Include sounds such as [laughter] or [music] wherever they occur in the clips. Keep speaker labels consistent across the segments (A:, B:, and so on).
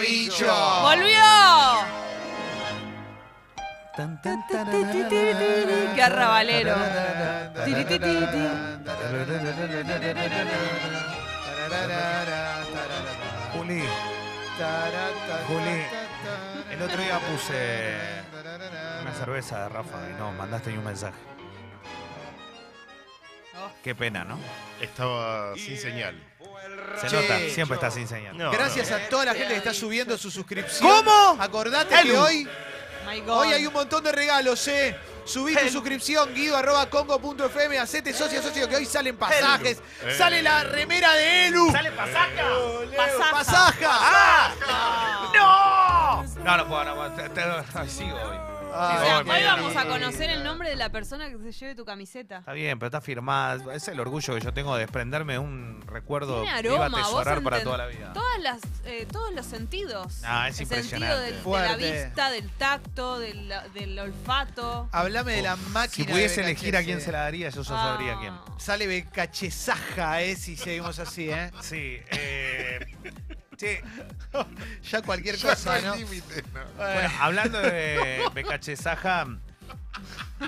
A: Bicho.
B: ¡Volvió!
C: Tan, tan, tararara.
B: Qué arrabalero. Tiri, ti, ti, ti.
C: Juli, Juli, el otro día puse una cerveza de Rafa y no, mandaste ahí un mensaje. Qué pena, ¿no?
A: Estaba sin señal.
C: Se
D: Che,
C: nota, siempre
A: yo-
C: está sin señal.
A: No,
D: Gracias
A: no.
D: a toda la gente que está subiendo su suscripción.
C: ¿Cómo?
D: Acordate que
C: Elu.
D: hoy,
B: My God.
D: hoy hay un montón de regalos, ¿eh? Subí tu suscripción, guido arroba congo.fm, hacete socio, socio, que hoy salen pasajes.
A: Elu.
D: Sale la remera de Elu.
C: ¡Sale pasaca!
B: Pasaja.
D: Pasaja.
C: No, no puedo, no puedo. Te, te- ay, sigo hoy.
D: Ah,
C: Sigo
B: O sea,
C: hoy, me
B: hoy
C: viene
B: vamos a
C: mal.
B: conocer el nombre de la persona que se lleve tu camiseta.
C: Está bien, pero está firmada. Es el orgullo que yo tengo de desprenderme de un recuerdo
B: Tiene
C: que iba a
B: aroma, vos
C: atesorar para
B: entendés.
C: toda la vida.
B: Todas las, eh, todos los sentidos.
C: Ah, es
B: el
C: impresionante.
B: sentido del- de,
D: Fuerte.
B: la vista, del tacto, del, del olfato.
C: Ah,
D: Hablame de la
C: Si
D: máquina.
C: pudiese
D: de
C: elegir a quién
D: Becachese.
C: se la daría, yo ya
B: Ah.
C: sabría quién.
D: Sale Becachesaja, ¿eh? Si seguimos así, ¿eh?
C: Sí,
D: [laughs]
C: eh. che,
D: Ya cualquier
A: Ya no
D: cosa,
A: hay
D: ¿no?
A: límite, no.
C: bueno, hablando de BKH Saja,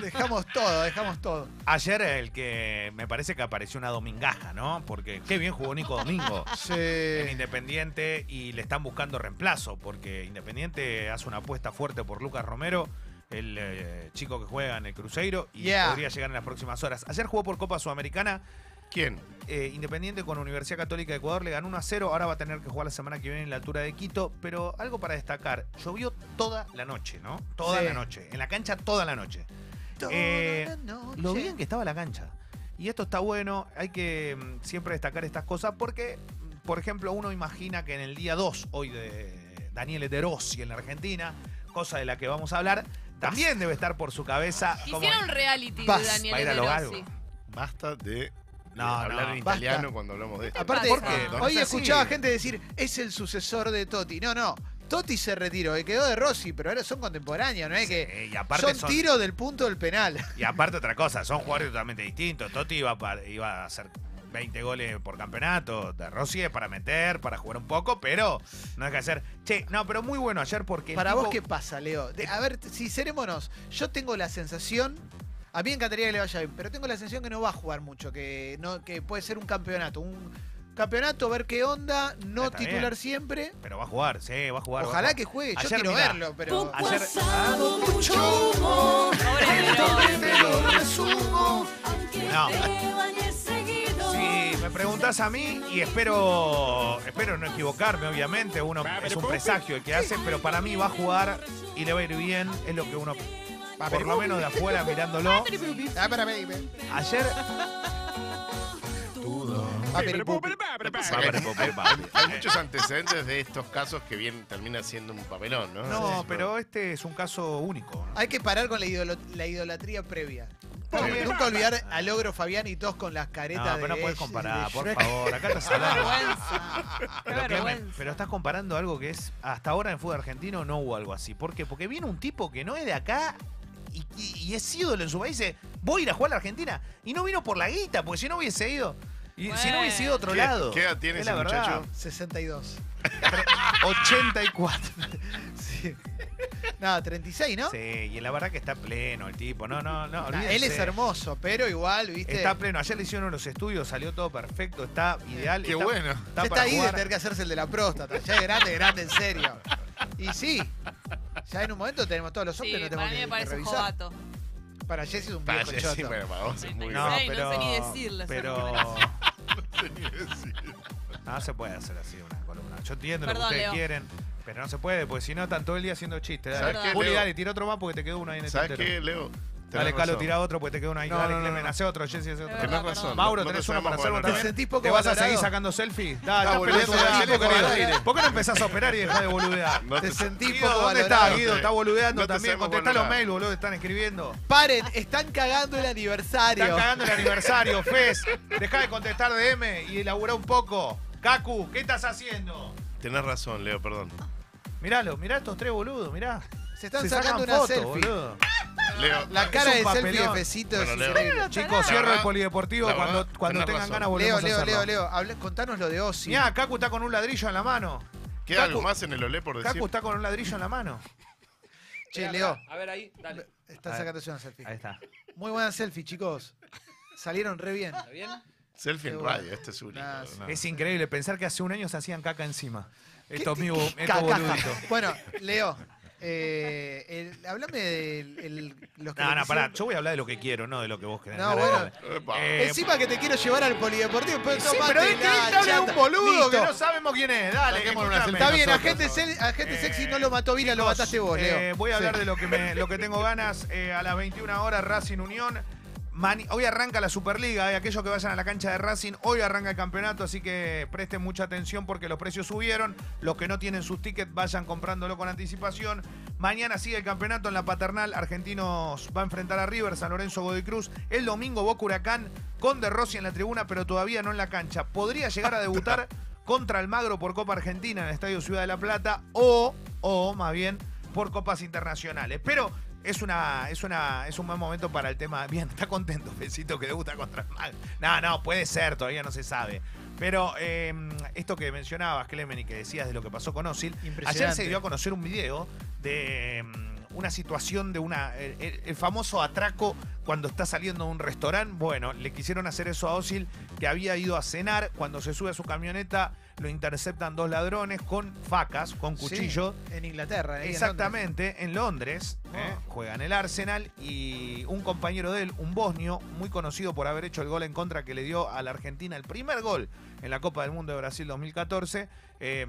D: Dejamos todo, dejamos todo.
C: ayer el que me parece que apareció una domingaja, ¿no? Porque qué bien jugó Nico Domingo. en
D: Sí.
C: Independiente y le están buscando reemplazo porque Independiente hace una apuesta fuerte por Lucas Romero, el eh, chico que juega en el Cruzeiro y
D: Yeah.
C: podría llegar en las próximas horas. Ayer jugó por Copa Sudamericana,
A: ¿Quién?
C: eh, Independiente con Universidad Católica de Ecuador le ganó 1 a 0, ahora va a tener que jugar la semana que viene en la altura de Quito, pero algo para destacar, llovió toda la noche, ¿no? Toda
D: Sí.
C: la noche, en la cancha toda la noche. Eh,
D: Toda la noche.
C: Lo bien que estaba la cancha. Y esto está bueno, hay que mm, siempre destacar estas cosas porque, mm, por ejemplo, uno imagina que en el día 2 hoy de Daniel Eterossi en la Argentina, cosa de la que vamos a hablar, también debe estar por su cabeza. como-
B: Quisiera un reality
D: Vas,
B: de Daniel
C: va a ir a lo
B: Eterossi.
C: galgo.
A: Basta de, de
C: No,
A: hablar
C: no,
A: en
D: basta.
A: italiano cuando hablamos de esto.
D: Aparte, ah,
B: ¿Por qué?
A: No
D: hoy
A: es así.
D: escuchaba gente decir, es el sucesor de Totti. No, no. Totti se retiró, y quedó de Rossi, pero ahora son contemporáneos, ¿no es que?
C: Eh, y aparte
D: son,
C: son-
D: tiros del punto del penal.
C: Y aparte otra cosa, son jugadores totalmente distintos. Totti iba, pa- iba a hacer 20 goles por campeonato. De Rossi es para meter, para jugar un poco, pero no hay que hacer. Che, no, pero muy bueno ayer porque. el
D: Para vos,
C: tipo-
D: ¿qué pasa, Leo? De- a ver, sincerémonos. Yo tengo la sensación. A mí me encantaría que le vaya bien, pero tengo la sensación que no va a jugar mucho, que, no, que puede ser un campeonato. Un campeonato, ver qué onda, no
C: Está bien.
D: titular siempre.
C: Pero va a jugar, sí, va a jugar. va a
D: Ojalá
C: jugar.
D: que juegue, yo
C: Ayer,
D: quiero
C: mirá,
D: verlo, pero.
C: Ayer,
B: Pobre Eterossi.
C: no. Si me preguntas a mí y espero espero no equivocarme, obviamente, uno es un presagio el que hace, pero para mí va a jugar y le va a ir bien, es lo que uno por lo menos de afuera mirándolo.
D: Ah, para baby.
C: Ayer
A: [laughs] Hay- hay- Hay muchos antecedentes de estos casos que bien termina siendo un papelón, ¿no?
C: no, pero este es un caso único.
D: Hay que parar con la, idolo- la idolatría previa.
C: Está
D: Nunca-
C: bien.
D: Nunca olvidar a Logro Fabián y todos con las
C: No,
D: caretas
C: pero no
D: de
C: puedes
D: Ash-
C: comparar,
D: de
C: por
D: Shrek.
C: favor. Acá estás
B: Qué
C: hablando.
D: [laughs]
B: vergüenza. Qué
C: Pero, Clemen,
B: vergüenza.
C: pero estás comparando algo que es hasta ahora en fútbol argentino no hubo algo así. ¿Por qué? Porque viene un tipo que no es de acá y, y- y es ídolo en su país. Dice, voy a ir a jugar a la Argentina. Y no vino por la guita, porque si no hubiese ido. Y si no hubiese ido a otro
A: ¿Qué-
C: lado.
A: qué edad tiene
C: Es la
A: ese
C: verdad.
D: [laughs] 62.
C: 84.
D: Sí. No, 36, ¿no?
C: Sí, y la verdad que está pleno el tipo. No, no, no.
D: Ah,
C: olvídense.
D: él es hermoso, pero igual, ¿viste?
C: Está pleno. Ayer le hicieron los estudios, salió todo perfecto, está ideal.
A: Qué
C: está-
A: bueno.
C: Está,
D: Ya está
C: para
D: ahí de
C: jugar.
D: tener que hacerse el de la próstata. Ya es grande, grande, en serio. Y sí. Ya en un momento tenemos todos los hombres,
B: Sí,
D: no tenemos
B: para mí
D: que,
B: me
D: que
B: parece
D: revisar.
B: jovato.
D: Para Jesse es un
A: Para
D: viejo
A: Jessy,
D: choto.
A: bueno, para vos es muy
B: No,
A: grave.
B: sé, no sé ni decirles.
C: Pero.
A: No sé ni decir.
C: No se puede hacer así una columna. Yo entiendo lo
B: Perdón,
C: que ustedes
B: Leo.
C: quieren, pero no se puede, porque si no están todo el día haciendo chistes. Dale,
A: ¿Sabes qué,
C: Juli,
A: Leo?
C: dale, tira otro más porque te quedó uno ahí en el
A: ¿Sabes
C: tintero.
A: qué, Leo? Tenés
C: Dale, Calo,
A: razón.
C: tira otro porque te quedó uno ahí.
A: No,
C: dale,
A: no, no,
C: Clemen,
A: no.
C: hace otro, Jessy, hace otro.
B: Tenés
A: Tenés
B: Perdón,
A: razón.
B: perdón.
C: Mauro,
A: No- no
C: tenés
A: te
C: una para
A: sabemos
C: hacer
A: valorar.
C: también.
D: Te sentís poco
C: ¿Te vas a
D: valorado.
C: seguir sacando selfies? Dale,
A: Ah, boludo,
C: pelotudo,
A: dale,
C: tipo,
A: poco
C: querido.
A: valorado.
C: ¿Por qué no empezás a operar y dejás de boludear?
A: No
D: Te
A: te-
D: sentí
C: Guido,
D: poco
C: ¿dónde
D: valorado.
C: está Guido? Está boludeando
A: No te
C: también.
A: sabemos
C: Contestá los
A: valorar.
C: mails, boludo, que están escribiendo.
D: Paren, están cagando el aniversario.
C: Están cagando el aniversario, Fez. Dejá de contestar DM y elaborá un poco. Kaku, ¿qué estás haciendo?
A: Tenés razón, Leo, perdón.
C: Miralo, mirá estos tres boludos, mirá.
D: Se están
C: Se
D: sacando
C: sacan
D: una
C: fotos,
D: selfie.
C: boludo.
A: Leo,
D: La cara
C: un
D: de selfie de
C: papelón.
D: Fecito
A: Bueno,
D: es
A: Leo.
D: increíble.
C: Chicos,
A: La
C: cierro
A: verdad-
C: el polideportivo
A: la
C: cuando,
A: verdad,
C: cuando
A: tenés
C: tengan
A: razón.
C: ganas volvemos
D: Leo, Leo,
C: a hacerlo.
D: Leo, Leo, hablé- contanos lo de Ozzy.
C: Mirá, Kaku está con un ladrillo en la mano.
A: ¿Queda
C: Cacu-
A: algo más en el Olé por decir?
C: Cacu está con un ladrillo en la mano.
D: Che,
E: Esperá,
D: Leo,
E: esperá. A ver ahí, dale.
C: A
D: está
C: ver.
D: sacándose una selfie.
C: Ahí está.
D: Muy buena selfie, chicos. Salieron re bien.
E: ¿Está bien?
A: Selfie
D: Qué
A: en
D: bueno.
A: radio, este es único.
D: Nah,
A: ¿no?
D: sí.
C: Es increíble pensar que hace un año se hacían caca encima. Estos
D: ¿Qué-
C: míos,
D: qué caca?
C: estos boluditos.
D: Bueno, Leo, eh, el- hablame de los que
C: No,
D: le
C: no, pará.
D: quisieron-
C: Yo voy a hablar de lo que quiero, no de lo que vos querés.
D: No,
C: Dale,
D: bueno.
C: dale.
A: Epa.
C: Eh,
D: Encima que te quiero llevar al polideportivo, pero
C: Sí, pero este
D: tomate
C: es que
D: la
C: habla de un
D: chata.
C: boludo que
D: Listo.
C: no sabemos quién es. Dale,
A: Saquémosle
C: escuchame.
A: una selfie.
D: Está bien,
A: nosotros,
D: agente, sel- agente sexy no lo mató Vila, lo
C: Chicos,
D: mataste vos, Leo.
C: eh, voy a
D: Sí.
C: hablar de lo que, me- lo que tengo ganas. eh, a las 21 horas, Racing Unión. Mani- hoy arranca la Superliga, eh, aquellos que vayan a la cancha de Racing, hoy arranca el campeonato, así que presten mucha atención porque los precios subieron. Los que no tienen sus tickets, vayan comprándolo con anticipación. Mañana sigue el campeonato en la paternal. Argentinos va a enfrentar a River, San Lorenzo, Godoy Cruz. El domingo Boca Huracán con De Rossi en la tribuna, pero todavía no en la cancha. Podría llegar a debutar contra Almagro por Copa Argentina en el Estadio Ciudad de la Plata o, o más bien por copas internacionales. Pero es una, es una, es un buen momento para el tema. Bien, está contento, Besito, que debuta contra Almagro. No, no, puede ser, todavía no se sabe. Pero eh, esto que mencionabas, Clemen, y que decías de lo que pasó con Osil, ayer
D: Impresionante.
C: se dio a conocer un video de mm, una situación de una. El, el- el famoso atraco cuando está saliendo de un restaurante. Bueno, le quisieron hacer eso a Osil, que había ido a cenar. Cuando se sube a su camioneta, lo interceptan dos ladrones con facas, con
D: Sí,
C: cuchillo.
D: en Inglaterra. ahí en
C: Exactamente, en Londres
A: Ah.
C: ¿eh? juegan el Arsenal y un compañero de él, un bosnio, muy conocido por haber hecho el gol en contra que le dio a la Argentina el primer gol en la Copa del Mundo de Brasil 2014, eh,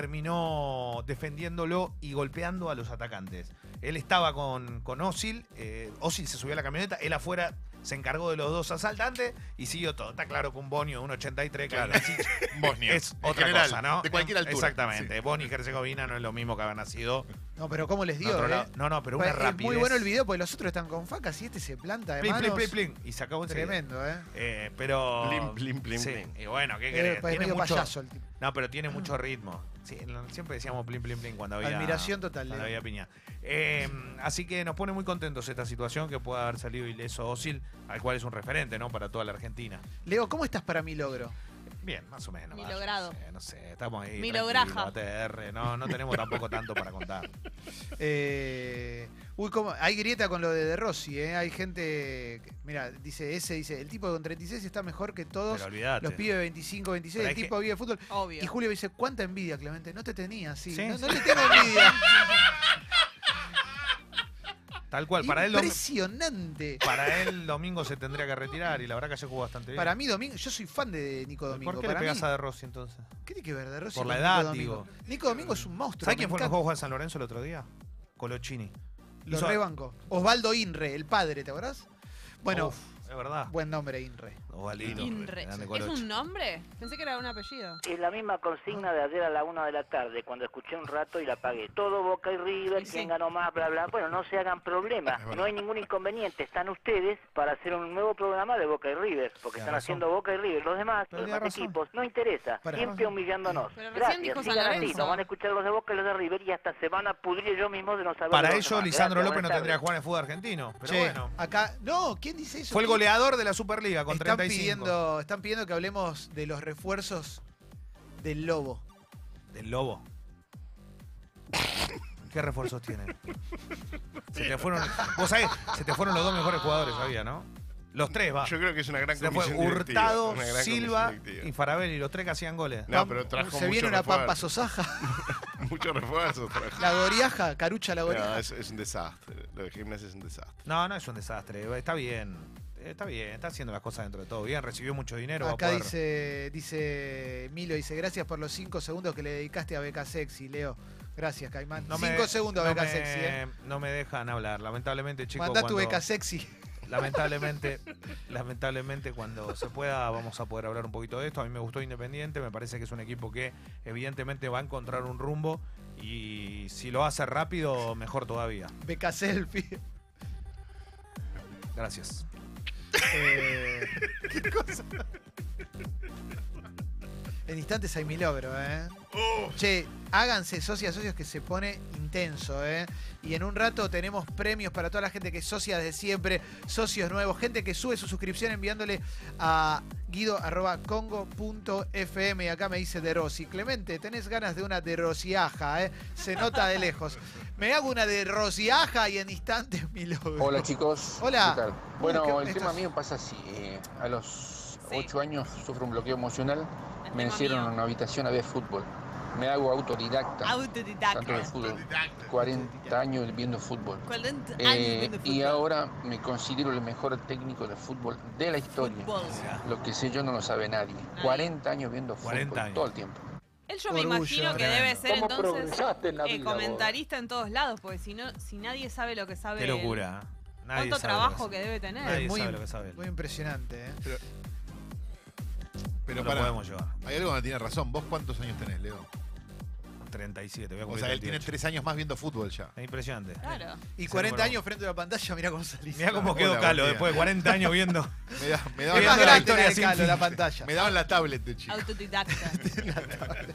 C: terminó defendiéndolo y golpeando a los atacantes. Él estaba con, con Osil, eh, Osil se subió a la camioneta, él afuera se encargó de los dos asaltantes y siguió todo. Está claro que un bonio, un 83,
A: Claro.
C: claro.
A: [laughs] Bosnia.
C: Es
A: en
C: otra
A: general,
C: cosa, ¿no?
A: De cualquier altura.
C: Exactamente.
A: Sí.
C: Bosnia y Herzegovina no es lo mismo que haber nacido.
D: Londres. No, pero ¿cómo les
C: en
D: dio?
C: otro
D: eh?
C: lado. No, no, pero una
D: Pues es
C: rapidez.
D: muy bueno el video porque los otros están con facas y este se planta de
C: Plin, plin,
D: manos.
C: plin, plin. Y se acabó enseguida.
D: Tremendo, ¿eh?
C: Eh, pero.
A: Plin, plin, plin,
C: Sí,
A: plin.
C: Y bueno, ¿qué
D: Eh,
C: querés?
D: pues,
C: tiene
D: medio
C: mucho,
D: payaso el tipo.
C: No, pero tiene mucho ritmo. Sí, lo- siempre decíamos plin, plin, plin cuando había.
D: Admiración total.
C: cuando
D: Leo.
C: había piña. Eh, así que nos pone muy contentos esta situación que pueda haber salido ileso Osil, al cual es un referente, ¿no? Para toda la Argentina.
D: Leo, ¿cómo estás para mi logro?
C: Bien, más o menos.
B: Mi
C: vaya, eh,
B: logrado.
C: No sé, no sé, estamos ahí.
B: Mi
C: tranquilos,
B: lograja.
C: ATR, No, no tenemos tampoco tanto para contar.
D: Eh, uy, cómo- hay grieta con lo de De Rossi, ¿eh? Hay gente. Mira, dice ese, dice, el tipo con 36 está mejor que todos
C: Pero olvidate.
D: los pibes de 25, 26,
C: Pero
D: el
C: hay
D: tipo vive de fútbol.
B: Obvio.
D: Y Julio dice, ¿cuánta envidia, Clemente? No te tenía, sí.
C: Sí.
D: No, no le tengo
C: [laughs]
D: envidia.
C: Tal cual, para él, dom-
D: Impresionante.
C: para él domingo se tendría que retirar y la verdad que ayer jugó bastante bien.
D: Para mí, Domingo, yo soy fan de Nico
C: ¿Y
D: Domingo.
C: ¿Por qué
D: para
C: le pegas
D: mí,
C: a De Rossi entonces?
D: ¿Qué tiene que ver De Rossi
C: Por la
D: con
C: edad,
D: Nico Domingo? Nico Domingo es un monstruo.
C: ¿Sabes
D: me
C: quién fue el
D: encanta.
C: mejor jugador de San Lorenzo el otro día? Colochini.
D: Lo
C: Hizo-
D: rebanco. Osvaldo Inre, el padre, ¿te acordás? Bueno,
C: Uf, es verdad.
D: buen nombre, Inre.
C: Ovalito,
B: Inre.
C: grande
B: ¿Es
C: Colochi.
B: un nombre? Pensé que era un apellido.
F: Es la misma consigna de ayer a la una de la tarde, cuando escuché un rato y la apagué. Todo Boca y River,
B: Y sí.
F: quién ganó más, bla, bla. Bueno, no se hagan
A: Es
F: problemas,
A: verdad.
F: no hay ningún inconveniente. Están ustedes para hacer un nuevo programa de Boca y River, porque
C: Tiene
F: están
C: razón.
F: haciendo Boca y River. Los demás,
C: Pero
F: los
C: tiene
F: demás
C: razón.
F: equipos, no interesa,
D: Para.
F: siempre humillándonos.
B: Pero recién dijo
F: Gracias,
B: San
F: sigan así,
B: Lorenzo.
F: nos van a escuchar los de Boca y los de River y hasta se van a pudrir yo mismo de no saber.
C: Para
F: de los
C: ello,
F: demás.
C: Lisandro López
F: Gracias,
C: no
F: buenas
C: tendría que
F: tardes.
C: jugar en fútbol argentino. Pero
D: Che,
C: bueno.
D: Acá, no, ¿quién dice eso?
C: Fue el
D: ¿Quién-
C: goleador de la Superliga con
D: están
C: 35.
D: Pidiendo, están pidiendo que hablemos de los refuerzos del Lobo.
C: Del Lobo. ¿Qué refuerzos tienen? Se te fueron. Vos sabés, se te fueron los dos mejores jugadores, sabía, ¿no? Los tres,
G: Ah.
C: va.
A: Yo creo que es una gran
C: Se fue
A: comisión directiva,
C: Hurtado,
A: una gran
C: Silva
A: comisión
C: y
A: directiva.
C: Farabelli, los tres que hacían goles.
A: No, pero trajo
D: Se viene
A: mucho
D: una
A: refuerzo.
D: Pampa Sosaja, [laughs]
A: [laughs] Mucho refuerzo trajo.
D: la Goriaja, Carucha la Goriaja.
A: No, es, es un desastre. Lo de Gimnasia es un desastre.
C: No, no es un desastre. Está bien. Está bien, está haciendo las cosas dentro de todo bien. Recibió mucho dinero. va a
D: Acá
C: poder-
D: dice, dice Milo, dice, gracias por los cinco segundos que le dedicaste a Beca Sexy, Leo. Gracias, Caimán.
C: No me-
D: cinco segundos a
C: no
D: Beca
C: me-
D: Sexy, eh.
C: No me dejan hablar. Lamentablemente, chicos.
D: Mandá tu
C: cuando-
D: Beca [laughs] Sexy.
C: Lamentablemente, lamentablemente cuando se pueda vamos a poder hablar un poquito de esto. A mí me gustó Independiente, me parece que es un equipo que evidentemente va a encontrar un rumbo y si lo hace rápido, mejor todavía.
D: Beca Selfie.
C: Gracias.
D: Eh, ¿Qué cosa? En instantes hay mi logro, ¿eh? Che, háganse socias, socios que se pone intenso, ¿eh? Y en un rato tenemos premios para toda la gente que es socia de siempre, socios nuevos, gente que sube su suscripción enviándole a guido.congo.fm. Y Acá me dice de Rossi. Clemente, tenés ganas de una de Rosiaja, ¿eh? Se nota de lejos. Me hago una de Rosiaja y en instantes mi logro.
E: Hola chicos.
D: Hola.
E: ¿Qué tal?
D: ¿qué-
E: Bueno, el
D: estás?
E: tema mío pasa así. eh, a los
B: Sí.
E: 8 años sufro un bloqueo emocional.
B: El
E: Me
B: tema
E: encierran
B: mío.
E: en una habitación a ver fútbol. Me hago autodidacta, tanto de
B: Autodidacta.
E: fútbol.
A: Autodidacta.
E: 40 años viendo fútbol.
B: 40 años
E: Eh,
B: viendo
E: y
B: fútbol.
E: ahora me considero el mejor técnico de fútbol de la historia.
B: Fútbol.
E: Lo que sé yo no lo sabe nadie. 40 años viendo
C: 40
E: fútbol
C: años.
E: todo el tiempo.
B: Él yo me
D: Orgullo,
B: imagino que
C: tremendo.
B: debe ser
H: ¿Cómo
B: entonces
H: progresaste en la
B: eh,
H: vida? vos?
B: comentarista en todos lados, porque si no, si nadie sabe lo que sabe
C: Qué
B: él,
C: locura. ¿eh? Nadie
B: cuánto
C: sabe lo
B: trabajo
C: hace.
B: que debe tener.
C: Nadie
D: Es muy,
C: sabe lo que sabe él.
D: muy impresionante, ¿eh?
G: Pero
C: No lo
G: para,
C: podemos llevar.
G: hay algo que tiene razón. ¿Vos cuántos años tenés, Leo?
C: 37, voy a
G: O
C: cumplir
G: sea, él tiene Ah,
C: 38.
G: tres años más viendo fútbol ya.
C: Es impresionante.
B: Claro.
D: Y
C: Sí,
D: 40
C: bueno.
D: años frente a la pantalla, mira cómo salís.
C: Mirá cómo
G: Hola,
C: quedó
G: buen
C: Calo
G: día.
C: después de 40 años viendo.
G: Me, da-
A: [laughs]
G: me daban la
D: Es más
C: Mirá la
D: grande
G: tablet,
D: la
C: historia
D: de
C: sin
D: Calo,
C: fin.
D: la pantalla.
G: me daban la tablet de chico.
B: Autodidacta.
D: La tablet.